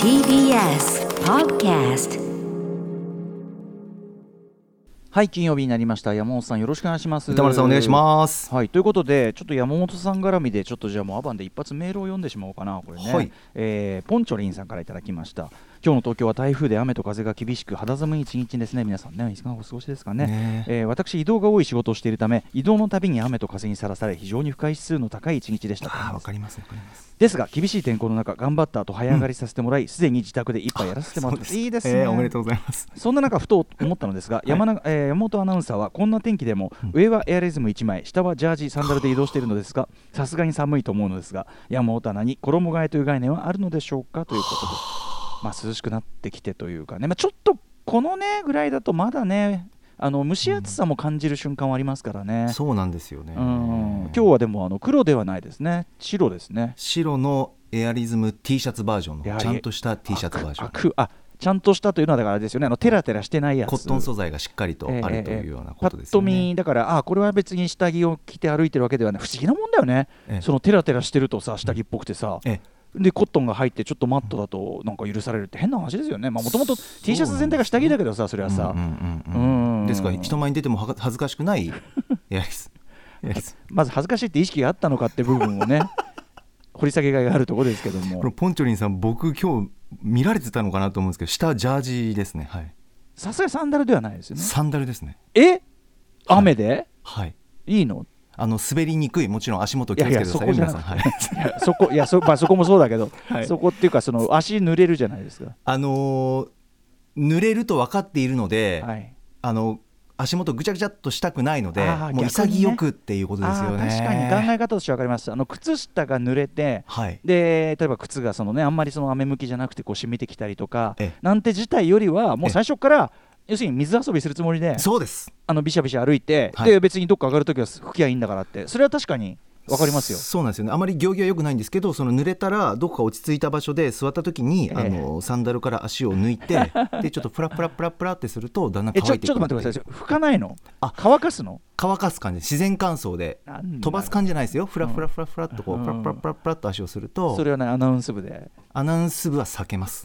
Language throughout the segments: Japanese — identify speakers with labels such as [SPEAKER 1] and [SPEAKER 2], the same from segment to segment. [SPEAKER 1] TBS Podcast
[SPEAKER 2] はい金曜日になりました山本さんよろしくお願いします
[SPEAKER 3] 歌丸さんお願いします。
[SPEAKER 2] はいということでちょっと山本さん絡みでちょっとじゃあもうアバンで一発メールを読んでしまおうかなこれね、
[SPEAKER 3] はい
[SPEAKER 2] えーポンチョリンさんからいただきました今日の東京は台風で雨と風が厳しく肌寒い一日ですね皆さんねいかがお過ごしですかね
[SPEAKER 3] ね
[SPEAKER 2] えー私移動が多い仕事をしているため移動のたびに雨と風にさらされ非常に不快指数の高い一日でしたと
[SPEAKER 3] ああわかりますわかります。
[SPEAKER 2] ですが厳しい天候の中頑張った後早上がりさせてもらいすで、に自宅で一杯やらせてもらっていいですね、
[SPEAKER 3] えーおめでとうございます。
[SPEAKER 2] そんな中ふと思ったのですが、山中えー山本アナウンサーはこんな天気でも上はエアリズム1枚下はジャージサンダルで移動しているのですがさすがに寒いと思うのですが山本アナに衣替えという概念はあるのでしょうかということで、まあ、涼しくなってきてというかね、まあ、ちょっとこのねぐらいだとまだねあの蒸し暑さも感じる瞬間はありますからね、
[SPEAKER 3] そうなんですよね。
[SPEAKER 2] うん今日はでもあの黒ではないですね白ですね
[SPEAKER 3] 白のエアリズム T シャツバージョン
[SPEAKER 2] や
[SPEAKER 3] の
[SPEAKER 2] はり
[SPEAKER 3] ちゃんとした T シャツバージョ
[SPEAKER 2] あ
[SPEAKER 3] ン。
[SPEAKER 2] くあちゃんとしたというのはだからあれですよねあのテラテラしてないやつ
[SPEAKER 3] コットン素材がしっかりとあるというようなこと
[SPEAKER 2] ええええパ
[SPEAKER 3] です
[SPEAKER 2] ッと
[SPEAKER 3] よね。
[SPEAKER 2] 見だからあこれは別に下着を着て歩いてるわけではない不思議なもんだよね、
[SPEAKER 3] ええ
[SPEAKER 2] そのテラテラしてるとさ下着っぽくてさ、
[SPEAKER 3] ええ
[SPEAKER 2] でコットンが入ってちょっとマットだとなんか許されるって変な話ですよねまあもともと
[SPEAKER 3] そうなんです
[SPEAKER 2] T シャツ全体が下着だけどさそれはさ、
[SPEAKER 3] うんうんう
[SPEAKER 2] うんん
[SPEAKER 3] ですから人前に出てもは恥ずかしくない エアリズム。エアリズム
[SPEAKER 2] まず恥ずかしいって意識があったのかって部分を ね掘り下げがいがあるところですけど
[SPEAKER 3] この
[SPEAKER 2] も
[SPEAKER 3] ポンチョリンさん僕今日見られてたのかなと思うんですけど下ジャージですねはい
[SPEAKER 2] さすがにサンダルではないですよね
[SPEAKER 3] サンダルですね
[SPEAKER 2] え雨で、
[SPEAKER 3] はい
[SPEAKER 2] い、いの
[SPEAKER 3] あの滑りにくいもちろん足元
[SPEAKER 2] い
[SPEAKER 3] 気を
[SPEAKER 2] や
[SPEAKER 3] つ
[SPEAKER 2] い
[SPEAKER 3] けて
[SPEAKER 2] や
[SPEAKER 3] くだ
[SPEAKER 2] そ
[SPEAKER 3] さ
[SPEAKER 2] こじゃな
[SPEAKER 3] い皆さんはい
[SPEAKER 2] くていやそこいやそ,、まあ、そこもそうだけど、
[SPEAKER 3] はい
[SPEAKER 2] そこっていうかその足濡れるじゃないですか、
[SPEAKER 3] あのー濡れると分かっているので、
[SPEAKER 2] はい
[SPEAKER 3] あの足元ぐちゃぐちゃっとしたくないので、
[SPEAKER 2] あー
[SPEAKER 3] もう
[SPEAKER 2] 逆にね
[SPEAKER 3] 潔くっていうことですよね。
[SPEAKER 2] あー確かに考え方として分かりますあの靴下が濡れて
[SPEAKER 3] はい。
[SPEAKER 2] で例えば靴がその、ね、あんまりその雨向きじゃなくてこう染みてきたりとか
[SPEAKER 3] ええ
[SPEAKER 2] なんて自体よりはもう
[SPEAKER 3] ええ
[SPEAKER 2] 最初から要するに水遊びするつもりで
[SPEAKER 3] そうです。
[SPEAKER 2] あのビシャビシャ歩いて、
[SPEAKER 3] はい
[SPEAKER 2] で別にどっか上がるときは吹きゃいいんだからってそれは確かに分かりますよ。
[SPEAKER 3] そうなんですよね。あまり行儀は良くないんですけど、その濡れたらどこか落ち着いた場所で座った時に、
[SPEAKER 2] ええ
[SPEAKER 3] あのサンダルから足を抜 いて、でちょっとプラプラプラプラってするとだんだん
[SPEAKER 2] えち
[SPEAKER 3] 乾
[SPEAKER 2] ょ
[SPEAKER 3] いて
[SPEAKER 2] ちょっと待ってくだ
[SPEAKER 3] い。
[SPEAKER 2] さい拭かないの
[SPEAKER 3] あ
[SPEAKER 2] 乾かすの
[SPEAKER 3] 乾かす感じ、自然乾燥で
[SPEAKER 2] なんだ
[SPEAKER 3] 飛ばす感じじゃないですよ。フラフラフラフラっと
[SPEAKER 2] う
[SPEAKER 3] こうんプラプラプラプラっと足をすると
[SPEAKER 2] そ、れはねアナウンス部で
[SPEAKER 3] アナウンス部は避け ます。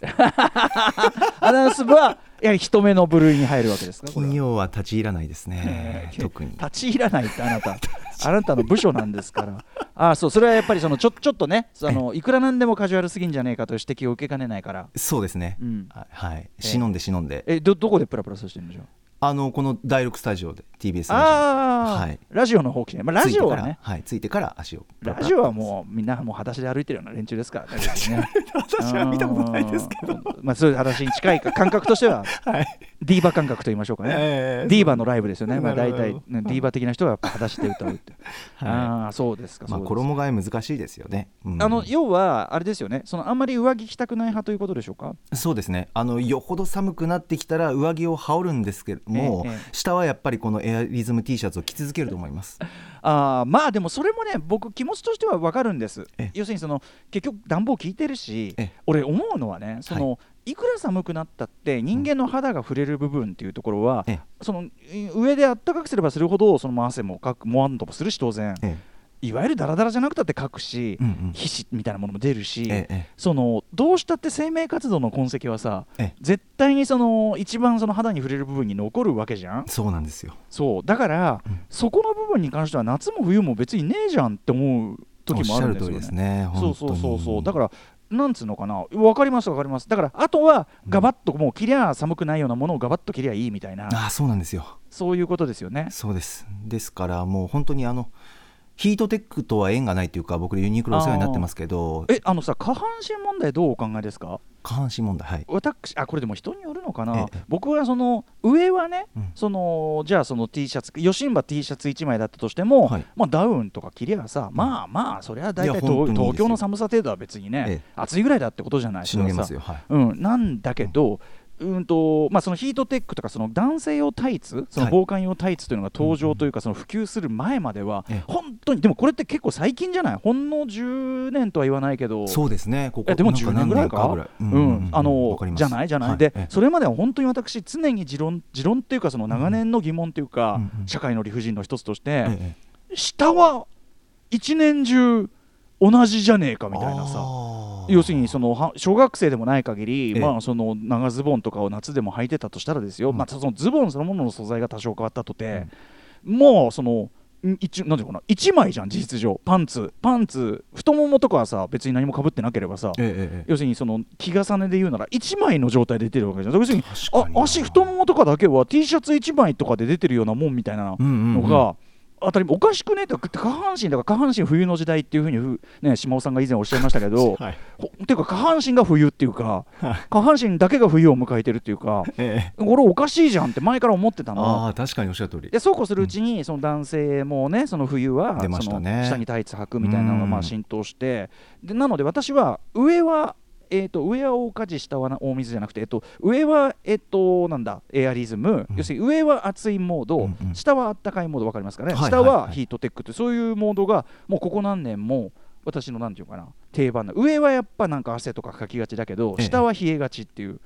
[SPEAKER 2] アナウンス部はやはり人目の部類に入るわけですかこれは
[SPEAKER 3] 金曜は立ち入らないですね
[SPEAKER 2] え。ー
[SPEAKER 3] 特に。
[SPEAKER 2] 立ち入らないってあ なたあなたの部署なんですからああそうそれはやっぱりそのちょちょっとねそのいくらなんでもカジュアルすぎんじゃねえかという指摘を受けかねないから
[SPEAKER 3] そうですね、
[SPEAKER 2] うん
[SPEAKER 3] あはい忍んで忍んで、
[SPEAKER 2] えどどこでプラプラさせてるんでしょう
[SPEAKER 3] あのこの第6スタジオで TBS ラ
[SPEAKER 2] ああ、
[SPEAKER 3] はい
[SPEAKER 2] ラジオの方来ね、まあ、ラ
[SPEAKER 3] ジ
[SPEAKER 2] ジオ
[SPEAKER 3] オついて
[SPEAKER 2] は
[SPEAKER 3] から
[SPEAKER 2] ね
[SPEAKER 3] はい、ついてから足を
[SPEAKER 2] ラジオはもうみんなもう裸足で歩いてるような連中ですからね。私は見たことないですけど。まあそういう話に近いか感覚としては、ディーバ感覚と言いましょうかね。
[SPEAKER 3] ええ
[SPEAKER 2] ディーバのライブですよね。まあ
[SPEAKER 3] な
[SPEAKER 2] 大
[SPEAKER 3] るほど
[SPEAKER 2] 体、ね、ディーバ的な人はやっぱ裸足で歌うって。
[SPEAKER 3] はい
[SPEAKER 2] ああそうですか。
[SPEAKER 3] まあ、
[SPEAKER 2] そうですか
[SPEAKER 3] 衣替え難しいですよね、うん
[SPEAKER 2] あの要はあれですよね。そのあんまり上着着たくない派ということでしょうか。
[SPEAKER 3] そうですねあのよほど寒くなってきたら上着を羽織るんですけども、
[SPEAKER 2] えええ
[SPEAKER 3] 下はやっぱりこのエアリズム T シャツを着続けると思います
[SPEAKER 2] あーまあでもそれもね僕気持ちとしては分かるんです
[SPEAKER 3] え
[SPEAKER 2] 要するにその結局暖房効いてるし
[SPEAKER 3] ええ
[SPEAKER 2] 俺思うのはねその、いくら寒くなったって人間の肌が触れる部分っていうところは、
[SPEAKER 3] ええ
[SPEAKER 2] そのい上で暖かくすればするほどそのまあ汗もかくもわんともするし当然、
[SPEAKER 3] え
[SPEAKER 2] いわゆるダラダラじゃなくたってかくし、
[SPEAKER 3] うんうん
[SPEAKER 2] 皮脂みたいなものも出るし、
[SPEAKER 3] えええ
[SPEAKER 2] そのどうしたって生命活動の痕跡はさ、
[SPEAKER 3] ええ
[SPEAKER 2] 絶対にその一番その肌に触れる部分に残るわけじゃん
[SPEAKER 3] そうなんですよ
[SPEAKER 2] そうだから、
[SPEAKER 3] うん
[SPEAKER 2] そこの部分に関しては夏も冬も別にねえじゃんって思う時もあるんですよ
[SPEAKER 3] おっしゃる通
[SPEAKER 2] ね。
[SPEAKER 3] りですね
[SPEAKER 2] そうそうそうそうだ
[SPEAKER 3] か
[SPEAKER 2] からなんつうのかな分かります分かりますだからあとは
[SPEAKER 3] うん
[SPEAKER 2] ガバッともう切りゃ寒くないようなものをガバッと切りゃいいみたいな、
[SPEAKER 3] ああそうなんですよ
[SPEAKER 2] そういうことですよね。
[SPEAKER 3] そうですですからもう本当にあのヒートテックとは縁がないというか僕ユニクロお世話になってますけど
[SPEAKER 2] えあのさ下半身問題どうお考えですか
[SPEAKER 3] 下半身問題はい
[SPEAKER 2] 私あこれでも人によるのか
[SPEAKER 3] え
[SPEAKER 2] な
[SPEAKER 3] え
[SPEAKER 2] 僕はその上はね、
[SPEAKER 3] うん
[SPEAKER 2] そのじゃあその T シャツよしんば T シャツ1枚だったとしても、
[SPEAKER 3] はい
[SPEAKER 2] まあ、ダウンとか着りゃさまあまあそれは大
[SPEAKER 3] い
[SPEAKER 2] 体
[SPEAKER 3] や
[SPEAKER 2] 東
[SPEAKER 3] 本当にいいですよ
[SPEAKER 2] 東京の寒さ程度は別にね、
[SPEAKER 3] ええ
[SPEAKER 2] 暑いぐらいだってことじゃない
[SPEAKER 3] しのげます
[SPEAKER 2] よ、
[SPEAKER 3] よはい
[SPEAKER 2] うん、なんだけど、うんとまあ、そのヒートテックとかその男性用タイツその
[SPEAKER 3] はい
[SPEAKER 2] 防寒用タイツというのが登場というか、その普及する前までは、
[SPEAKER 3] ええ
[SPEAKER 2] 本当にでもこれって結構最近じゃないほんの10年とは言わないけど
[SPEAKER 3] そうですねここ
[SPEAKER 2] えでも
[SPEAKER 3] なん
[SPEAKER 2] 10年ぐらいか
[SPEAKER 3] 何年
[SPEAKER 2] う
[SPEAKER 3] うん
[SPEAKER 2] ん
[SPEAKER 3] うんうん
[SPEAKER 2] あ
[SPEAKER 3] わ
[SPEAKER 2] の
[SPEAKER 3] かります
[SPEAKER 2] じゃないじゃない、
[SPEAKER 3] は
[SPEAKER 2] で、
[SPEAKER 3] ええ
[SPEAKER 2] それまでは本当に私常に持論持論っていうかその長年の疑問というか、
[SPEAKER 3] うんうん
[SPEAKER 2] 社会の理不尽の一つとし
[SPEAKER 3] え
[SPEAKER 2] て、
[SPEAKER 3] えええ
[SPEAKER 2] 下は一年中同じじゃねえかみたいな
[SPEAKER 3] あ
[SPEAKER 2] さ
[SPEAKER 3] ー
[SPEAKER 2] 要するにそのは小学生でもない限り、
[SPEAKER 3] ええ
[SPEAKER 2] まあその長ズボンとかを夏でも履いてたとしたらですよ、
[SPEAKER 3] うん
[SPEAKER 2] まあそのズボンそのものの素材が多少変わったとて、もうそのん一なんていうのかな一枚じゃん事実上パンツパンツ太ももとかはさ別に何もかぶってなければさ、
[SPEAKER 3] えええええ
[SPEAKER 2] 要するにその着重ねで言うなら一枚の状態で出てるわけじゃん要するに
[SPEAKER 3] 確かにな
[SPEAKER 2] あ足太ももとかだけは T シャツ一枚とかで出てるようなもんみたいな
[SPEAKER 3] うんうんう
[SPEAKER 2] の
[SPEAKER 3] ん
[SPEAKER 2] が。当たり前おかしくねえと下半身だから下半身冬の時代っていうふうにふ、ね、島尾さんが以前おっしゃいましたけど、
[SPEAKER 3] はい
[SPEAKER 2] ほていうか下半身が冬っていうか
[SPEAKER 3] はい
[SPEAKER 2] 下半身だけが冬を迎えてるっていうか
[SPEAKER 3] ええ
[SPEAKER 2] これおかしいじゃんって前から思ってたの
[SPEAKER 3] ああ確かにおっしゃる通り
[SPEAKER 2] でそうこうするうちにその男性もねその冬は
[SPEAKER 3] 出まし
[SPEAKER 2] そ
[SPEAKER 3] た
[SPEAKER 2] の
[SPEAKER 3] ね
[SPEAKER 2] 下にタイツ履くみたいなのが
[SPEAKER 3] うん
[SPEAKER 2] まあ浸透してでなので私は上はえー、と上は大火事下はな大水じゃなくて、えっと、上は、えっと、なんだエアリズム、
[SPEAKER 3] うん
[SPEAKER 2] 要するに上は熱いモード、
[SPEAKER 3] うんうん
[SPEAKER 2] 下はあったかいモード分かりますかね、
[SPEAKER 3] はいはい
[SPEAKER 2] 下
[SPEAKER 3] はい
[SPEAKER 2] はヒートテックってそういうモードがもうここ何年も私のなんていうかな定番な上はやっぱなんか汗とかかきがちだけど
[SPEAKER 3] ええ
[SPEAKER 2] 下は冷えがちっていう、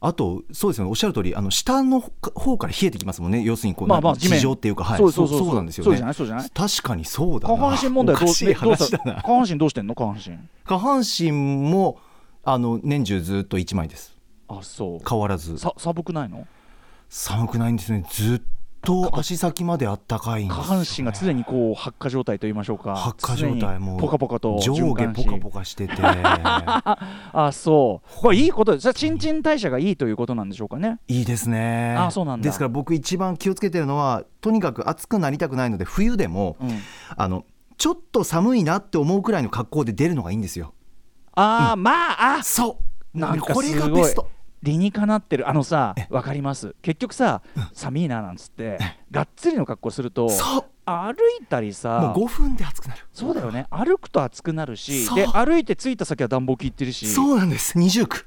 [SPEAKER 3] あとそうですよねおっしゃる通りあの下の方から冷えてきますもんね要するにこう、
[SPEAKER 2] まあまあ
[SPEAKER 3] なんか
[SPEAKER 2] 地面
[SPEAKER 3] 地上っていうかはい
[SPEAKER 2] そうそうそう
[SPEAKER 3] そうなんですよ
[SPEAKER 2] そうじゃ
[SPEAKER 3] ね
[SPEAKER 2] ないそうじゃない
[SPEAKER 3] 確かにそうだな
[SPEAKER 2] 下半身問題はどう
[SPEAKER 3] おかし
[SPEAKER 2] ね
[SPEAKER 3] い
[SPEAKER 2] どうし
[SPEAKER 3] 話だな
[SPEAKER 2] 下半身どうしてんの下半身
[SPEAKER 3] 下半身もあの年中ずっと1枚です
[SPEAKER 2] あそう
[SPEAKER 3] 変わらず
[SPEAKER 2] さ寒くないの
[SPEAKER 3] 寒くないんですねずっと足先まであったかいんで
[SPEAKER 2] 下
[SPEAKER 3] すよ
[SPEAKER 2] 半身が常にこう発火状態と言いましょうか
[SPEAKER 3] 発火状
[SPEAKER 2] 常に
[SPEAKER 3] 態もう
[SPEAKER 2] ポカポカと
[SPEAKER 3] 上
[SPEAKER 2] 循
[SPEAKER 3] 下
[SPEAKER 2] 環し
[SPEAKER 3] ポカポカして てい
[SPEAKER 2] あそうまあいいことですそれ新陳代謝がいいということなんでしょうかね
[SPEAKER 3] いですね
[SPEAKER 2] あそうなんだ
[SPEAKER 3] ですから僕一番気をつけてるのはとにかく暑くなりたくないので冬でも、
[SPEAKER 2] うん
[SPEAKER 3] あのちょっと寒いなって思うくらいの格好で出るのがいいんですよ
[SPEAKER 2] ああまああ
[SPEAKER 3] そう
[SPEAKER 2] なんか
[SPEAKER 3] これ
[SPEAKER 2] す
[SPEAKER 3] が
[SPEAKER 2] ご
[SPEAKER 3] ベ
[SPEAKER 2] い
[SPEAKER 3] スト
[SPEAKER 2] 理にかなってるあのさ
[SPEAKER 3] え
[SPEAKER 2] わかります結局さ寒いななんつってがっつりの格好すると
[SPEAKER 3] そう
[SPEAKER 2] 歩いたり
[SPEAKER 3] も
[SPEAKER 2] さ
[SPEAKER 3] う5分で暑くなる
[SPEAKER 2] そうだよね歩くと暑くなるし
[SPEAKER 3] そう
[SPEAKER 2] で歩いて着いた先は暖房効いてるし
[SPEAKER 3] そうなんです二重区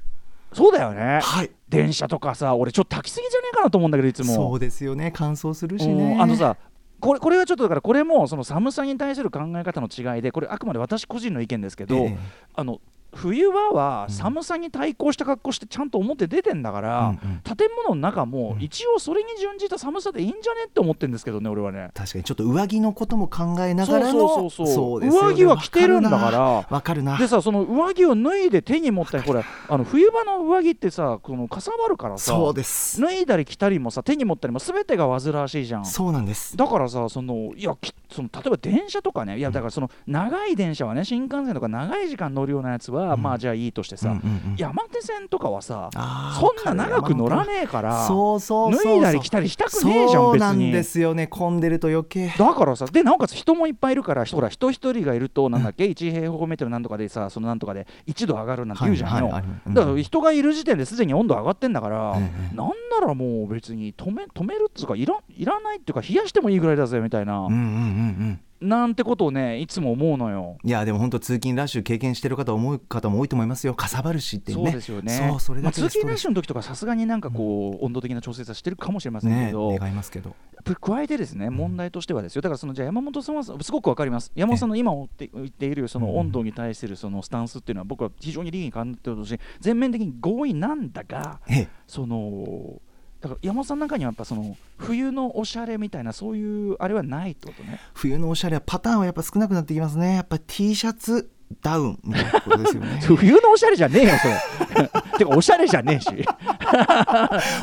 [SPEAKER 2] そうだよね
[SPEAKER 3] はい
[SPEAKER 2] 電車とかさ俺ちょっと炊きすぎじゃねえかなと思うんだけどいつも
[SPEAKER 3] そうですよね乾燥するし
[SPEAKER 2] う
[SPEAKER 3] ね
[SPEAKER 2] んあのさこれこれはちょっとだからこれもその寒さに対する考え方の違いでこれあくまで私個人の意見ですけど、
[SPEAKER 3] ええ
[SPEAKER 2] あの冬場は寒さに対抗した格好してちゃんと表出てんだから、
[SPEAKER 3] うんうん
[SPEAKER 2] 建物の中も
[SPEAKER 3] うん
[SPEAKER 2] 一応それに準じた寒さでいいんじゃねって思ってるんですけどね俺はね。
[SPEAKER 3] 確かにちょっと上着のことも考えな
[SPEAKER 2] そ
[SPEAKER 3] が
[SPEAKER 2] う
[SPEAKER 3] ら
[SPEAKER 2] そ
[SPEAKER 3] の
[SPEAKER 2] うそうそう
[SPEAKER 3] ですよね
[SPEAKER 2] 上着は着てるんだから
[SPEAKER 3] わかるなわか
[SPEAKER 2] で
[SPEAKER 3] る
[SPEAKER 2] さその上着を脱いで手に持ったりこれあの冬場の上着ってさこのかさばるから
[SPEAKER 3] な
[SPEAKER 2] さ
[SPEAKER 3] そうです
[SPEAKER 2] 脱いだり着たりもさ手に持ったりも全てが煩わしいじゃん。
[SPEAKER 3] そうなんです
[SPEAKER 2] だからさそのいやきその例えば電車とかねいやだからその長い電車はね新幹線とか長い時間乗るようなやつは、
[SPEAKER 3] うん
[SPEAKER 2] まあじゃあいいとしてさ、
[SPEAKER 3] うんうんうん
[SPEAKER 2] 山手線とかはさ
[SPEAKER 3] あー
[SPEAKER 2] そんな長く乗ら
[SPEAKER 3] わかる
[SPEAKER 2] ねえか
[SPEAKER 3] 山
[SPEAKER 2] ら
[SPEAKER 3] 本そうそうそう
[SPEAKER 2] 脱いだり着
[SPEAKER 3] り
[SPEAKER 2] たりしたくねえじゃん
[SPEAKER 3] そう
[SPEAKER 2] 別
[SPEAKER 3] なんで
[SPEAKER 2] に。
[SPEAKER 3] すよね混んでると余計
[SPEAKER 2] だからさでなおかつ人もいっぱいいるからほら人一人がいるとなんだっけ1平方メートルなんとかでさそのなんとかで1度上がるなんて言うじゃんよ、
[SPEAKER 3] はいはいはいうん
[SPEAKER 2] だから人がいる時点ですでに温度上がってんだから、
[SPEAKER 3] ええ
[SPEAKER 2] なんならもう別に止め止めるっつうかいらいらないっていうか冷やしてもいいぐらいだぜみたいな、
[SPEAKER 3] うんうんうん
[SPEAKER 2] なんてことをねいつも思うのよ。
[SPEAKER 3] うんいやでも本当通勤ラッシュ経験してる方思う方も多いと思いますよかさばるしっていう
[SPEAKER 2] そ
[SPEAKER 3] ね
[SPEAKER 2] うですよね
[SPEAKER 3] そうそれ
[SPEAKER 2] まあ、
[SPEAKER 3] だけ
[SPEAKER 2] 通勤ラ
[SPEAKER 3] でストレ
[SPEAKER 2] ッ
[SPEAKER 3] ス
[SPEAKER 2] シュの時とかさすがになんかこう温度的な調節はしてるかもしれませんけ
[SPEAKER 3] ね
[SPEAKER 2] ど、
[SPEAKER 3] 願いますけど
[SPEAKER 2] ぷ加えてですね問題としてはですよだからそのじゃあ山本さんはすごくわかります山本さんの今追って言っているその温度に対するそのスタンスっていうのは僕は非常に理にかなってるし全面的に合意なんだが
[SPEAKER 3] ええ
[SPEAKER 2] そのだから山本さんの中にはやっぱその冬のおしゃれみたいなそういうあれはないってこと ね。
[SPEAKER 3] 冬のおしゃれはパターンはやっぱ少なくなってきますねやっぱ T シャツダウンみたいなことで すよね
[SPEAKER 2] 冬のおしゃれじゃねえよそ れ。てかおしゃれじゃねえし。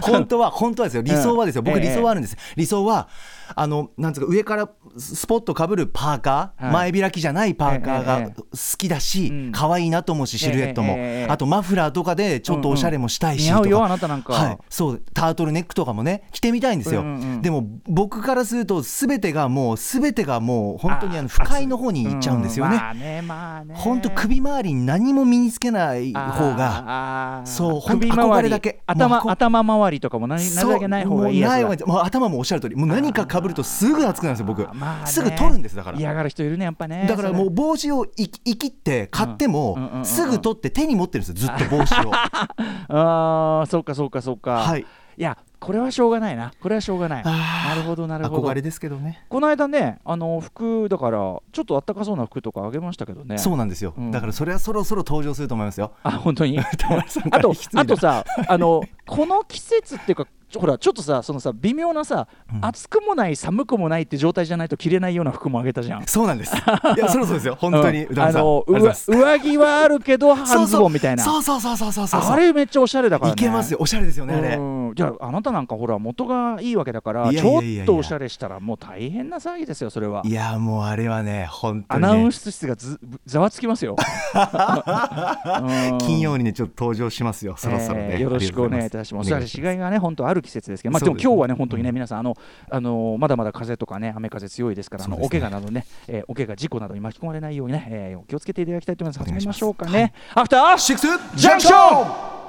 [SPEAKER 3] 本当は本当はですよ理想はですよ、
[SPEAKER 2] うん
[SPEAKER 3] 僕
[SPEAKER 2] ええ
[SPEAKER 3] 理想はあるんです、理想はあのなんつうか上からスポットかぶるパーカー、
[SPEAKER 2] はい
[SPEAKER 3] 前開きじゃないパーカー
[SPEAKER 2] ええ
[SPEAKER 3] が
[SPEAKER 2] ええ
[SPEAKER 3] 好きだし
[SPEAKER 2] うん
[SPEAKER 3] 可愛、いなと思うしシルエットも、
[SPEAKER 2] ええええ
[SPEAKER 3] あとマフラーとかでちょっとおしゃれもしたい し
[SPEAKER 2] 似
[SPEAKER 3] とか、
[SPEAKER 2] 合うよあなたなんか。
[SPEAKER 3] はい、そうタートルネックとかもね着てみたいんですよ、
[SPEAKER 2] うんうんうん
[SPEAKER 3] でも僕からすると全てがもう全てがもう本当にあの不快の方に行っちゃうんですよ
[SPEAKER 2] う
[SPEAKER 3] ね
[SPEAKER 2] まあねまあね。
[SPEAKER 3] 本当首周りに何も身につけない方が
[SPEAKER 2] が
[SPEAKER 3] そう
[SPEAKER 2] 首
[SPEAKER 3] ほんと
[SPEAKER 2] 周
[SPEAKER 3] 憧
[SPEAKER 2] り
[SPEAKER 3] れだけもう
[SPEAKER 2] 頭
[SPEAKER 3] こ
[SPEAKER 2] 頭周りとかもななる
[SPEAKER 3] そう
[SPEAKER 2] だけない方がいいやつ
[SPEAKER 3] もうないわもう頭もおっしゃる通りもう何か被るとすぐ熱くなるんですよ僕、
[SPEAKER 2] あーまあね
[SPEAKER 3] すぐ取るんですだから
[SPEAKER 2] 嫌がる人いるねやっぱね
[SPEAKER 3] だからもう帽子をいいきって買っても、
[SPEAKER 2] うんうんうんうん
[SPEAKER 3] すぐ 取って手に持ってるんですよずっと帽子を
[SPEAKER 2] それああそうかそうかそうか、、
[SPEAKER 3] はいい
[SPEAKER 2] やここれはしょうがないなこれはしょうがない
[SPEAKER 3] あー
[SPEAKER 2] なるほどなるほど
[SPEAKER 3] 憧れですけどね
[SPEAKER 2] この間ねあの服だからちょっとあったかそうな服とかあげましたけどね
[SPEAKER 3] そうなんですよ、
[SPEAKER 2] うん
[SPEAKER 3] だからそれはそろそろ登場すると思いますよ
[SPEAKER 2] あ本 当に
[SPEAKER 3] 田村さんか
[SPEAKER 2] あ
[SPEAKER 3] ら
[SPEAKER 2] と
[SPEAKER 3] 引き継いだ
[SPEAKER 2] あとさあのこの季節っていうかちょほらちょっとさそのさ微妙なさ、
[SPEAKER 3] うん
[SPEAKER 2] 暑くもない寒くもないって状態じゃないと着れないような服もあげたじゃん
[SPEAKER 3] そうなんで すいやそろそろですよ本当に
[SPEAKER 2] うん
[SPEAKER 3] 宇多丸
[SPEAKER 2] あ
[SPEAKER 3] さん
[SPEAKER 2] の
[SPEAKER 3] ありがとうございま
[SPEAKER 2] 上
[SPEAKER 3] す
[SPEAKER 2] 上着はあるけ ど半ズボンみたいな
[SPEAKER 3] そうそうそうそうそうそうそう
[SPEAKER 2] あれめっちゃおしゃれだから、ね、
[SPEAKER 3] いけますよおしゃれですよねあれ、
[SPEAKER 2] うんじゃああなたなんかほら元がいいわけだから
[SPEAKER 3] いやいやいやい
[SPEAKER 2] ちょ
[SPEAKER 3] や
[SPEAKER 2] っとおしゃれしたらもう大変な騒ぎですよそれはい
[SPEAKER 3] やもうあれはね本当
[SPEAKER 2] ア
[SPEAKER 3] に、
[SPEAKER 2] ナウ
[SPEAKER 3] ね
[SPEAKER 2] ン、ス室がずざわつきますようん
[SPEAKER 3] 金曜にねちょっと登場しますよそろそろね、
[SPEAKER 2] えーよろしくお願いいたします。
[SPEAKER 3] あ
[SPEAKER 2] お
[SPEAKER 3] りがとうござい
[SPEAKER 2] しがいがね、本当ある季節ですけど、まあ、で
[SPEAKER 3] そう
[SPEAKER 2] も
[SPEAKER 3] です
[SPEAKER 2] 今日はね、本当にね、
[SPEAKER 3] うん
[SPEAKER 2] 皆さん、あの、あのーまだまだ風とかね、雨風強いですから、あの、
[SPEAKER 3] そうで
[SPEAKER 2] お
[SPEAKER 3] すね
[SPEAKER 2] 怪我などね、えーお怪我事故などに巻き込まれないようにね、えーお気をつけていただきたいと思います。
[SPEAKER 3] お
[SPEAKER 2] 始
[SPEAKER 3] 願い
[SPEAKER 2] め
[SPEAKER 3] し
[SPEAKER 2] ま
[SPEAKER 3] ます
[SPEAKER 2] しょうかね。アフターシックスジャンクション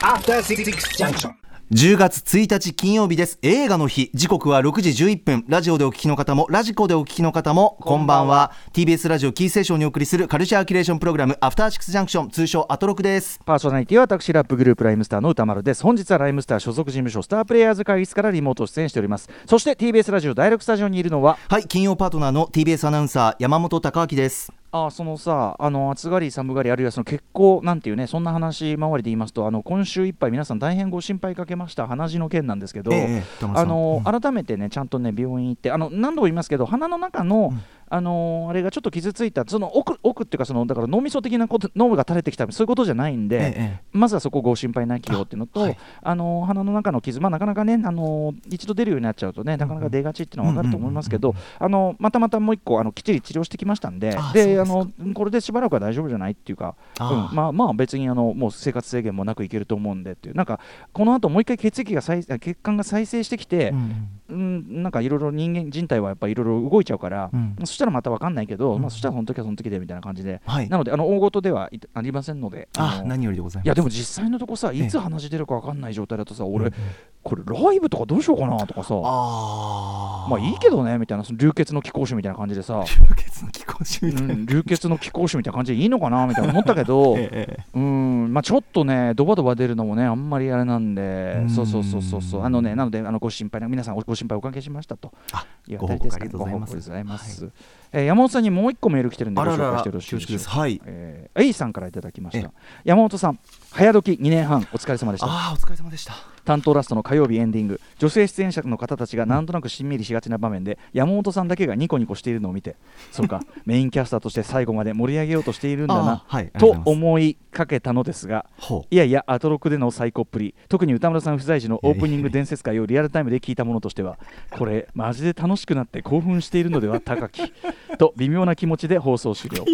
[SPEAKER 4] After Six Junction.
[SPEAKER 3] 10月1日金曜日です映画の日時刻は6時11分ラジオでお聞きの方もラジコでお聞きの方もこんばんは TBS ラジオキーステーションにお送りするカルチャーキュレーションプログラムアフターシックスジャンクション通称アトロクです
[SPEAKER 2] パーソナリティは私ラップグループライムスターの歌丸です本日はライムスター所属事務所スタープレイヤーズ会議室からリモート出演しておりますそして TBS ラジオ第6スタジオにいるのは
[SPEAKER 3] はい金曜パートナーの TBS アナウンサー山本貴明です
[SPEAKER 2] あそのさあの暑がり寒がりあるいはその結婚なんていうねそんな話周りで言いますとあの今週いっぱい皆さん大変ご心配かけました鼻血の件なんですけど、
[SPEAKER 3] ええええ歌丸さ
[SPEAKER 2] あ
[SPEAKER 3] ん
[SPEAKER 2] の改めてねちゃんとね病院行ってあの何度も言いますけど鼻の中の、あのあれがちょっと傷ついたその奥奥っていうかそのだから脳みそ的なこと脳が垂れてきたそういうことじゃないんで、
[SPEAKER 3] ええ
[SPEAKER 2] まずはそこをご心配なきようっていうのとあ、
[SPEAKER 3] あはい
[SPEAKER 2] の鼻の中の傷、まあ、なかなかね、あの一度出るようになっちゃうとね、なかなか出がちっていうのは分かると思いますけど、あのまたまたもう一個あのきっちり治療してきましたんで
[SPEAKER 3] あ
[SPEAKER 2] であ
[SPEAKER 3] そう
[SPEAKER 2] のこれでしばらくは大丈夫じゃないっていうか、うん
[SPEAKER 3] あ
[SPEAKER 2] まあ、まあ別にあのもう生活制限もなくいけると思うんでっていうなんかこの後もう一回血液が再血管が再生してきて、うん、なんかいろいろ人間人体はやっぱいろいろ動いちゃうから、
[SPEAKER 3] うん
[SPEAKER 2] そしたらまた分かんないけど、
[SPEAKER 3] うん
[SPEAKER 2] まあ、そしたらその時はその時でみたいな感じで、
[SPEAKER 3] はい
[SPEAKER 2] なのであの大事ではいありませんので。
[SPEAKER 3] あ
[SPEAKER 2] の
[SPEAKER 3] 何よりでございます
[SPEAKER 2] いやでも実際のとこさ
[SPEAKER 3] ええ
[SPEAKER 2] いつ話出るか分かんない状態だとさ俺これライブとかどうしようかなとかさ
[SPEAKER 3] ああ
[SPEAKER 2] まあいいけどねみたいなその流血の気候種みたいな感じでさ、
[SPEAKER 3] 流血の 気候中み
[SPEAKER 2] う
[SPEAKER 3] たいな、
[SPEAKER 2] ん、流血の気候種みたいな感じでいいのかなみたいな思ったけど
[SPEAKER 3] ええええ
[SPEAKER 2] うんまあちょっとねドバドバ出るのもねあんまりあれなんで
[SPEAKER 3] うん
[SPEAKER 2] そうそうそうそうそうあのねなのであのご心配な皆さんご心配おかけしましたと
[SPEAKER 3] あ
[SPEAKER 2] いう
[SPEAKER 3] ご
[SPEAKER 2] あた
[SPEAKER 3] 報
[SPEAKER 2] りで
[SPEAKER 3] 告
[SPEAKER 2] す
[SPEAKER 3] あ
[SPEAKER 2] か
[SPEAKER 3] り
[SPEAKER 2] ね
[SPEAKER 3] がとうございます
[SPEAKER 2] ご報告ありがとうございますえー山本さんにもう一個メール来てるんで
[SPEAKER 3] あ
[SPEAKER 2] ご
[SPEAKER 3] ら
[SPEAKER 2] 紹
[SPEAKER 3] ら
[SPEAKER 2] 介
[SPEAKER 3] ら
[SPEAKER 2] して
[SPEAKER 3] 恐
[SPEAKER 2] よろしいで
[SPEAKER 3] 縮
[SPEAKER 2] しょ
[SPEAKER 3] で
[SPEAKER 2] う
[SPEAKER 3] す
[SPEAKER 2] か
[SPEAKER 3] はい
[SPEAKER 2] えー、A さんからいただきまし
[SPEAKER 3] え
[SPEAKER 2] た山本さん早時2年半お疲れ様でした
[SPEAKER 3] ああお疲れ様でした
[SPEAKER 2] 担当ラストの火曜日エンディング女性出演者の方たちがなんとなくしんみりしがちな場面で山本さんだけがニコニコしているのを見てそう かメインキャスターとして最後まで盛り上げようとしているんだな
[SPEAKER 3] あ、ーはいありがとう
[SPEAKER 2] と
[SPEAKER 3] ございます
[SPEAKER 2] 思いかけたのですが
[SPEAKER 3] ほう
[SPEAKER 2] いやいやアトロクでの最高っぷり特に歌村さん不在時のオープニング伝説会をリアルタイムで聞いたものとしてはこれマジで楽しくなって興奮しているのでは高きと微妙な気持ちで放送終了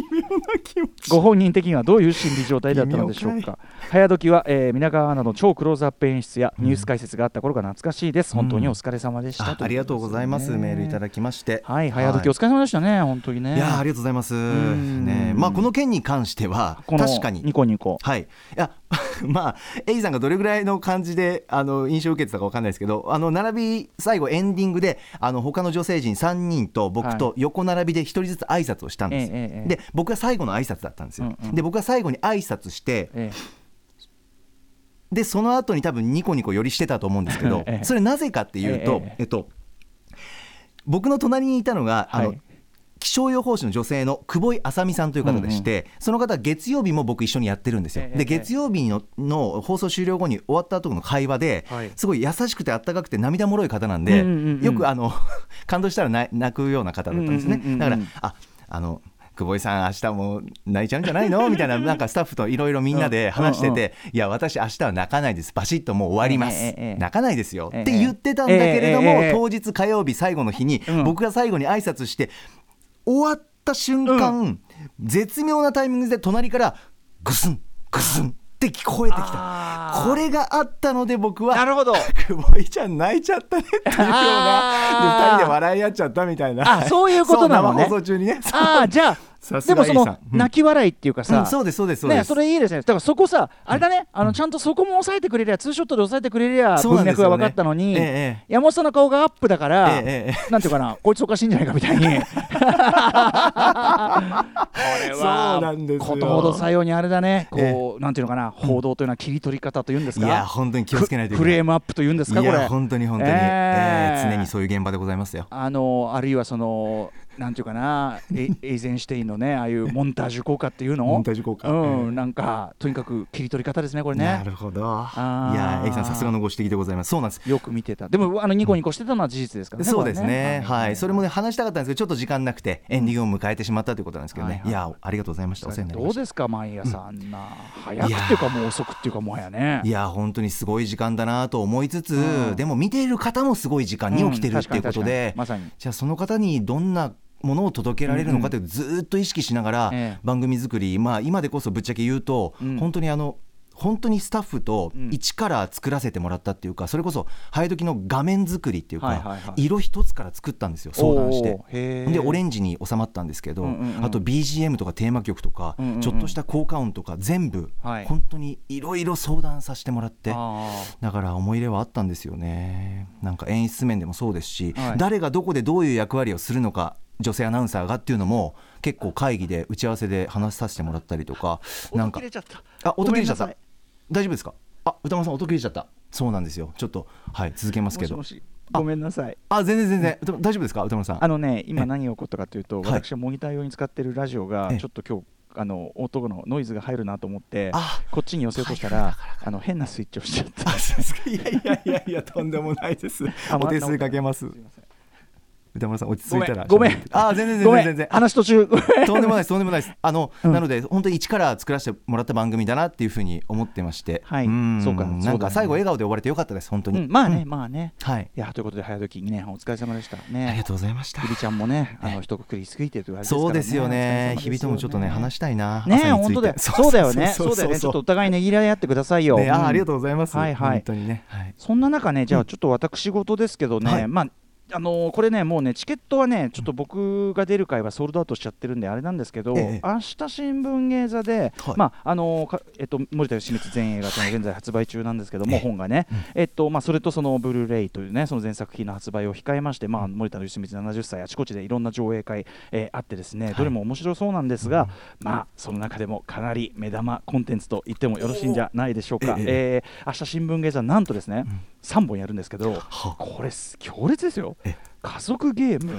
[SPEAKER 2] ご本人的にはどういう心理状態だったのでしょう
[SPEAKER 3] 微妙
[SPEAKER 2] か早時は、えー、皆川アナの超クローズアップ演出やニュース解説があった頃が懐かしいです、本当にお疲れ様でした、
[SPEAKER 3] あありがとうございますメールいた
[SPEAKER 2] き
[SPEAKER 3] だきまして
[SPEAKER 2] はい早時お疲れ様でしたね、本当にね
[SPEAKER 3] いやーありがとうございます、
[SPEAKER 2] ん
[SPEAKER 3] ねえまあ、この件に関しては
[SPEAKER 2] この
[SPEAKER 3] 確かに
[SPEAKER 2] ニコニコ
[SPEAKER 3] はい、いや まあエイさんがどれぐらいの感じであの印象を受けてたかわかんないですけどあの並び最後エンディングであの他の女性陣3人と僕
[SPEAKER 2] は
[SPEAKER 3] と横並びで1人ずつ挨拶をしたんです、
[SPEAKER 2] ええええええ
[SPEAKER 3] で僕が最後の挨拶だったんですよ、
[SPEAKER 2] うんうん
[SPEAKER 3] で僕が最後に挨拶して
[SPEAKER 2] え
[SPEAKER 3] でその後に多分ニコニコよりしてたと思うんですけど、
[SPEAKER 2] ええ
[SPEAKER 3] それなぜかっていうと、
[SPEAKER 2] えええ
[SPEAKER 3] えっと僕の隣にいたのが、あ
[SPEAKER 2] は
[SPEAKER 3] の
[SPEAKER 2] い
[SPEAKER 3] 気象予報士の女性の久保井麻美さんという方でして、その方は月曜日も僕一緒にやってるんですよ、
[SPEAKER 2] ええええ
[SPEAKER 3] で月曜日のの放送終了後に終わった後の会話で、
[SPEAKER 2] はい
[SPEAKER 3] すごい優しくてあったかくて涙もろい方なんで、
[SPEAKER 2] うんうんうん
[SPEAKER 3] よくあの感動したら泣泣くような方だったんですね、
[SPEAKER 2] うんうんうんうん
[SPEAKER 3] だからああの久保井さん明日も泣いちゃうんじゃな いのみたいななんかスタッフといろいろみんなで話して
[SPEAKER 2] うんうん
[SPEAKER 3] て「いや私明日は泣かないですバシッともう終わります、
[SPEAKER 2] ええええええ
[SPEAKER 3] 泣かないですよ」
[SPEAKER 2] ええ
[SPEAKER 3] って言ってたんだけれども、
[SPEAKER 2] ええええええ
[SPEAKER 3] 当日火曜日最後の日に
[SPEAKER 2] うん
[SPEAKER 3] 僕が最後に挨拶して終わった瞬間、絶妙なタイミングで隣からグスングスンって聞こえてき
[SPEAKER 2] あ
[SPEAKER 3] た
[SPEAKER 2] ー
[SPEAKER 3] これがあったので僕は
[SPEAKER 2] なるほど
[SPEAKER 3] 久保井ちゃん泣いちゃったねっていうよう
[SPEAKER 2] あー
[SPEAKER 3] なで2人で笑い合っちゃったみたいな
[SPEAKER 2] あそういうことなのね
[SPEAKER 3] そう生放送中にねそう
[SPEAKER 2] ああじゃあ
[SPEAKER 3] さす
[SPEAKER 2] で
[SPEAKER 3] が
[SPEAKER 2] も
[SPEAKER 3] A
[SPEAKER 2] そ
[SPEAKER 3] さん
[SPEAKER 2] の泣き笑いっていうか
[SPEAKER 3] う
[SPEAKER 2] さ
[SPEAKER 3] ん、そうですそうですそうです
[SPEAKER 2] ね、それいいですねだからそこさあれだね、あのちゃんとそこも抑えてくれりゃツーショットで抑えてくれりゃ
[SPEAKER 3] そう
[SPEAKER 2] 文
[SPEAKER 3] なんです
[SPEAKER 2] 脈
[SPEAKER 3] よね
[SPEAKER 2] が分かったのに、
[SPEAKER 3] ええええ
[SPEAKER 2] 山本さんの顔がアップだから、
[SPEAKER 3] えええ
[SPEAKER 2] なんていうかなこいつおかしいんじゃないかみたいにこれ
[SPEAKER 3] そうなんですよ
[SPEAKER 2] ことほどさようにあれだねこう、なんていうのかな報道というのは切り取り方というんですか
[SPEAKER 3] いや本当に気をつけないといけ
[SPEAKER 2] フ
[SPEAKER 3] ない
[SPEAKER 2] レームアップというんですか
[SPEAKER 3] い
[SPEAKER 2] これ
[SPEAKER 3] や本当に本当に、
[SPEAKER 2] ええ
[SPEAKER 3] えー常にそういう現場でございますよ
[SPEAKER 2] あのあるいはそのなんていうかな エエイゼンシュテインのねああいうモンタージュ効果っていうの
[SPEAKER 3] モンタージュ効果
[SPEAKER 2] うん、なんかとにかく切り取り方ですねこれね
[SPEAKER 3] なるほどい
[SPEAKER 2] ー
[SPEAKER 3] やエイさんさすがのご指摘でございますそうなんです
[SPEAKER 2] よく見てたでもあのニコニコしてたのは事実ですからね
[SPEAKER 3] そうです
[SPEAKER 2] これ
[SPEAKER 3] ね、はい、それも
[SPEAKER 2] ね
[SPEAKER 3] ね、話したかったんですけど、ちょっと時間なくて、エンディングを迎えたということなんですけど迎え
[SPEAKER 2] はい
[SPEAKER 3] てしまったということなんですけどね、い
[SPEAKER 2] はい
[SPEAKER 3] や、ありがとうございました、お世話になり
[SPEAKER 2] ど
[SPEAKER 3] ま
[SPEAKER 2] う
[SPEAKER 3] した。
[SPEAKER 2] ですか毎朝あんな、早くっていうかもう遅くっていうかもはやね
[SPEAKER 3] いや本当にすごい時間だなと思いつつ、
[SPEAKER 2] うん
[SPEAKER 3] でも見ている方もすごい時間に起きてる
[SPEAKER 2] う
[SPEAKER 3] っ
[SPEAKER 2] ん
[SPEAKER 3] ていうこ
[SPEAKER 2] 確
[SPEAKER 3] とで、
[SPEAKER 2] かに確かにまさに
[SPEAKER 3] じゃあその方にどんなものを届けられるのかというずーっと意識しながら、
[SPEAKER 2] ええ
[SPEAKER 3] 番組作り、まあ、今でこそぶっちゃけ言うと、
[SPEAKER 2] うん
[SPEAKER 3] 本当にあの本当にスタッフと
[SPEAKER 2] うん
[SPEAKER 3] 一から作らせてもらったっていうか、それこそ早時の画面作りっていうか、
[SPEAKER 2] はいはいはい
[SPEAKER 3] 色一つから作ったんですよ相談して
[SPEAKER 2] おーへー
[SPEAKER 3] でオレンジに収まったんですけど、
[SPEAKER 2] うんうんうん
[SPEAKER 3] あと BGM とかテーマ曲とか、
[SPEAKER 2] うんうんうん
[SPEAKER 3] ちょっとした効果音とか全部、
[SPEAKER 2] はい
[SPEAKER 3] 本当にいろいろ相談させてもらって。
[SPEAKER 2] あー
[SPEAKER 3] だから思い入れはあったんですよねなんか演出面でもそうですし、
[SPEAKER 2] はい
[SPEAKER 3] 誰がどこでどういう役割をするのか女性アナウンサーがっていうのも結構会議で打ち合わせで話させてもらったりとかなん
[SPEAKER 2] 音
[SPEAKER 3] か
[SPEAKER 2] 切れちゃった
[SPEAKER 3] あ音切れちゃっ
[SPEAKER 2] ご
[SPEAKER 3] た
[SPEAKER 2] めんなさい
[SPEAKER 3] 大丈夫ですかあ歌丸さん音切れちゃったそうなんですよちょっとはい続けますけど
[SPEAKER 2] もしもしごめんなさい
[SPEAKER 3] あ全然全然歌大丈夫ですか歌丸さん
[SPEAKER 2] あのね、今何が起こったかというと、
[SPEAKER 3] はい
[SPEAKER 2] 私はモニター用に使ってるラジオが
[SPEAKER 3] ええ、
[SPEAKER 2] ちょっと今日あの音のノイズが入るなと思って
[SPEAKER 3] あ、
[SPEAKER 2] こっちに寄せようとしたら、あの変なスイッチをしちゃった。
[SPEAKER 3] あそうですかいやいやいやいやとんでもないです
[SPEAKER 2] あ
[SPEAKER 3] お手数かけます
[SPEAKER 2] いません
[SPEAKER 3] 歌丸さん落ち着いたら
[SPEAKER 2] ごめんごめん
[SPEAKER 3] あ全然全
[SPEAKER 2] ごめ
[SPEAKER 3] 然
[SPEAKER 2] ん
[SPEAKER 3] 全然
[SPEAKER 2] 話途中、ごめん
[SPEAKER 3] とんでもないです、とんで もないです。あの、
[SPEAKER 2] うん
[SPEAKER 3] なので、本当に一から作らせてもらった番組だなっていうふうに思ってまして。
[SPEAKER 2] はい
[SPEAKER 3] ん
[SPEAKER 2] そうかそうだね
[SPEAKER 3] なんか最後笑顔で終われてよかったです、本当
[SPEAKER 2] う
[SPEAKER 3] に。
[SPEAKER 2] んまあ
[SPEAKER 3] う
[SPEAKER 2] ね、
[SPEAKER 3] ん
[SPEAKER 2] まあね。
[SPEAKER 3] はい。
[SPEAKER 2] いやということで早時2年お疲れ様でした
[SPEAKER 3] ありが
[SPEAKER 2] ね。
[SPEAKER 3] とうございました
[SPEAKER 2] 日。々ちゃんもね、あの一括りすぎてと言われて
[SPEAKER 3] そうですよね。日々ともちょっとね、話したいな。朝について
[SPEAKER 2] ね本当だよ。そうだよ ね。そうだよね。ちょっとお互いねぎらい合ってくださいよ。
[SPEAKER 3] ねあー、ありが
[SPEAKER 2] とう
[SPEAKER 3] とうございます。
[SPEAKER 2] はいはい
[SPEAKER 3] 本当にね。はい
[SPEAKER 2] そんな中ね、じゃあちょっと私事ですけどね、
[SPEAKER 3] はい
[SPEAKER 2] まああのーこれね、もうね、チケットはね、ちょっと僕が出る回はソールドアウトしちゃってるんで、あれなんですけど、
[SPEAKER 3] ええ
[SPEAKER 2] 明日新聞芸座で、
[SPEAKER 3] はい
[SPEAKER 2] まああのーかえっと、森田義満全映画というのが現在発売中なんですけども、
[SPEAKER 3] ええ
[SPEAKER 2] 本がね、えっとまあ、それとそのブルーレイというね、その前作品の発売を控えまして、まあ、森田義満70歳、あちこちでいろんな上映会、えーあってですね、どれも面白そうなんですが、まあ、その中でもかなり目玉コンテンツと言ってもよろしいんじゃないでしょうか。
[SPEAKER 3] ええ
[SPEAKER 2] えー明日新聞芸座なんとですね、3本やるんですけど、
[SPEAKER 3] は
[SPEAKER 2] これす強烈ですよ
[SPEAKER 3] え
[SPEAKER 2] 家族ゲーム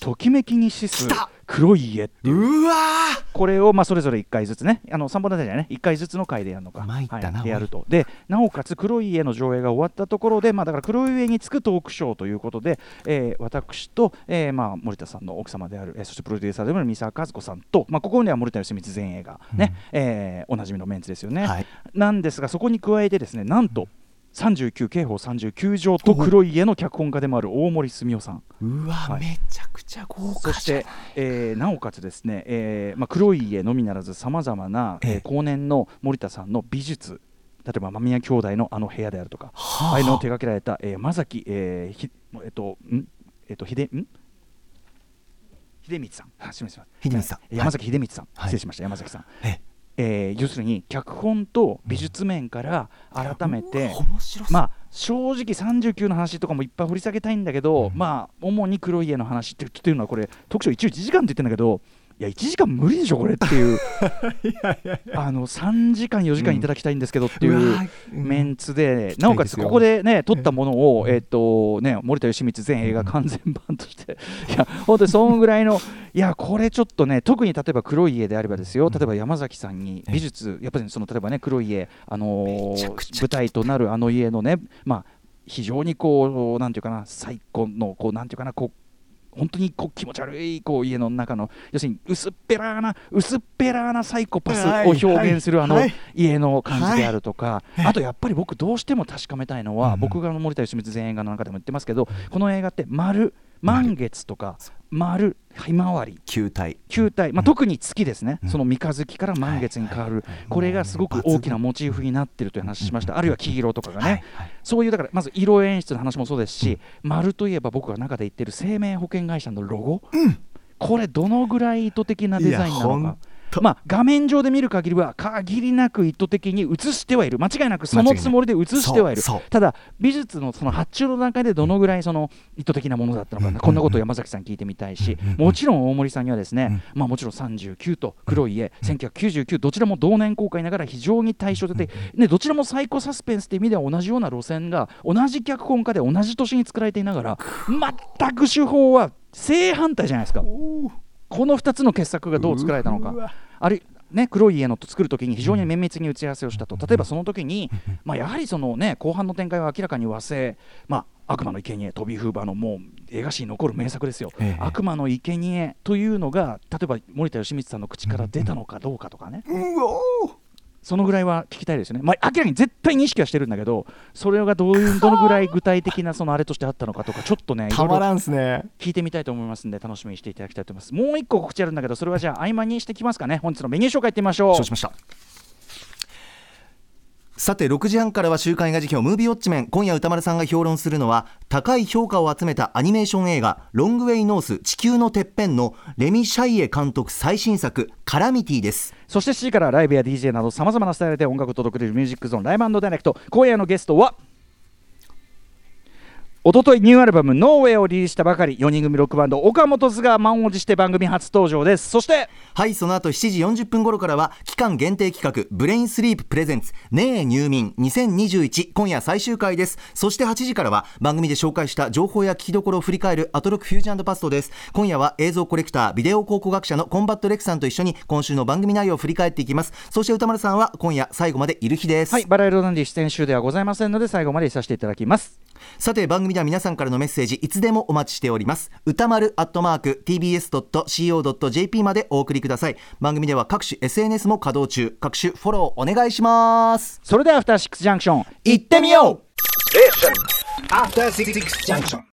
[SPEAKER 2] ときめきにシス
[SPEAKER 3] 来た
[SPEAKER 2] 黒い家
[SPEAKER 3] うわー。
[SPEAKER 2] これをまあそれぞれ1回ずつねあの3本立てじゃない1回ずつの回でやるのか
[SPEAKER 3] 参った
[SPEAKER 2] はい
[SPEAKER 3] なおい
[SPEAKER 2] でやるとでなおかつ黒い家の上映が終わったところで、まあ、だから黒い家につくトークショーということで、えー私と、えーまあ、森田さんの奥様である、えーそしてプロデューサーでもある三沢和子さんと、まあ、ここには森田芳光全映画、ねえーおなじみのメンツですよね、
[SPEAKER 3] はい
[SPEAKER 2] なんですがそこに加えてですねなんと39刑法39条と黒い家の脚本家でもある大森澄夫さん
[SPEAKER 3] うわー、
[SPEAKER 2] はい
[SPEAKER 3] めちゃくちゃ豪華
[SPEAKER 2] そ
[SPEAKER 3] じゃん
[SPEAKER 2] して、えーなおかつですね、えーまあ、黒い家のみならずさまざまな、
[SPEAKER 3] ええ
[SPEAKER 2] えー後年の森田さんの美術例えば間宮兄弟のあの部屋であるとか、
[SPEAKER 3] はあ
[SPEAKER 2] ああいうのを手掛けられた、えー、山崎、えーひえっとんえっと秀ん秀光さんあすみません
[SPEAKER 3] 秀光さん
[SPEAKER 2] えー山崎秀光さん、
[SPEAKER 3] はい
[SPEAKER 2] 失礼しました山崎さん、
[SPEAKER 3] え
[SPEAKER 2] えー要するに脚本と美術面から改めて、
[SPEAKER 3] うわ面白そう
[SPEAKER 2] まあ正直39の話とかもいっぱい掘り下げたいんだけど、まあ主に黒い家の話ってっていうのはこれ特徴一応1時間って言ってんだけどいや1時間無理でしょこれっていうあの3時間4時間いただきたいんですけどっていううん
[SPEAKER 3] うん
[SPEAKER 2] メンツで、なおか
[SPEAKER 3] 期待です
[SPEAKER 2] つ
[SPEAKER 3] よ
[SPEAKER 2] ここでね撮ったものを、えっとね、森田芳光全映画完全版として、いや本当にそんぐらいのいやこれちょっとね特に例えば黒い家であればですよ例えば山崎さんに美術やっぱりその例えばね黒い家あのー
[SPEAKER 3] めちゃくちゃ
[SPEAKER 2] 舞台となるあの家のねまあ非常にこうなんていうかな最高のこうなんていうかなこう本当にこう気持ち悪いこう家の中の要するに薄っぺらーな薄っぺらーなサイコパス
[SPEAKER 3] はい
[SPEAKER 2] を表現する
[SPEAKER 3] は
[SPEAKER 2] あ
[SPEAKER 3] い
[SPEAKER 2] の
[SPEAKER 3] はい
[SPEAKER 2] 家の感じであるとか、あとやっぱり僕どうしても確かめたいのは、
[SPEAKER 3] うん
[SPEAKER 2] 僕があの森田芳光全映画の中でも言ってますけどこの映画って丸満月とか丸ひまわり
[SPEAKER 3] 球体
[SPEAKER 2] 球体、まあ、特に月ですね、
[SPEAKER 3] うん
[SPEAKER 2] その三日月から満月に変わる、
[SPEAKER 3] はい
[SPEAKER 2] これがすごく大きなモチーフになってるという話しました、あるいは黄色とかがね、
[SPEAKER 3] はいはい
[SPEAKER 2] そういうだからまず色演出の話もそうですし、丸といえば僕が中で言ってる生命保険会社のロゴ、これどのぐらい意図的なデザインない
[SPEAKER 3] やほ
[SPEAKER 2] の
[SPEAKER 3] ん
[SPEAKER 2] か、まあ、画面上で見る限りは限りなく意図的に映してはいる間違いなくそのつもりで映してはいる
[SPEAKER 3] 間違いないそうそう
[SPEAKER 2] ただ美術のその発注の段階でどのぐらいその意図的なものだったのかなこんなことを山崎さん聞いてみたいしもちろん大森さんにはですね、まあ、もちろん39と黒い家1999どちらも同年公開ながら非常に対照的で、ね、どちらもサイコサスペンスという意味では同じような路線が同じ脚本家で同じ年に作られていながら全く手法は正反対じゃないですか。この2つの傑作がどう作られたのか。あるね、黒い家のと作るときに非常に綿密に打ち合わせをしたと、例えばその時に、まあ、やはりその、ね、後半の展開は明らかに和製、まあ、悪魔の生贄トビー・フーバーのもう映画史に残る名作ですよ、
[SPEAKER 3] ええ
[SPEAKER 2] 悪魔の生贄というのが、例えば森田義満さんの口から出たのかどうかとかね、そのぐらいは聞きたいですよね、まあ、明らかに絶対に意識はしてるんだけど、それがどういうどのぐらい具体的なそのあれとしてあったのかとか、ちょっとね、いろ
[SPEAKER 3] た
[SPEAKER 2] いろ
[SPEAKER 3] まらんすね
[SPEAKER 2] 聞いてみたいと思いますんで楽しみにしていただきたいと思いますもう一個告知あるんだけどそれはじゃあ合間にしてきますかね本日のメニュー紹介いってみましょう
[SPEAKER 3] 承知しましたさて6時半からは週刊映画辞表ムービーウォッチメン今夜歌丸さんが評論するのは高い評価を集めたアニメーション映画「ロングウェイノース地球のてっぺん」のレミ・シャイエ監督最新作「カラミティ」です
[SPEAKER 2] そして7時からライブや DJ などさまざまなスタイルで音楽を届けるミュージックゾーンライブダイレクト今夜のゲストはおとといニューアルバム「ノーウェイをリリースしたばかり4人組ロックバンド岡本津が満を持して番組初登場ですそして
[SPEAKER 3] はいその後7時40分頃からは期間限定企画「ブレインスリーププレゼンツねえ入眠2021」今夜最終回ですそして8時からは番組で紹介した情報や聞きどころを振り返る「アトロックフュージョンパスト」です今夜は映像コレクタービデオ考古学者のコンバットレックさんと一緒に今週の番組内容を振り返っていきますそして歌丸さんは今夜最後までいる日です、
[SPEAKER 2] はいバラエロダンディ出演集ではございませんので最後までいさせていただきます
[SPEAKER 3] さて番組では皆さんからのメッセージいつでもお待ちしております歌丸アットマーク tbs.co.jp までお送りください番組では各種 SNS も稼働中各種フォローお願いします
[SPEAKER 2] それではアフターシックスジャンクション
[SPEAKER 3] 行ってみよう
[SPEAKER 4] After Six Junction.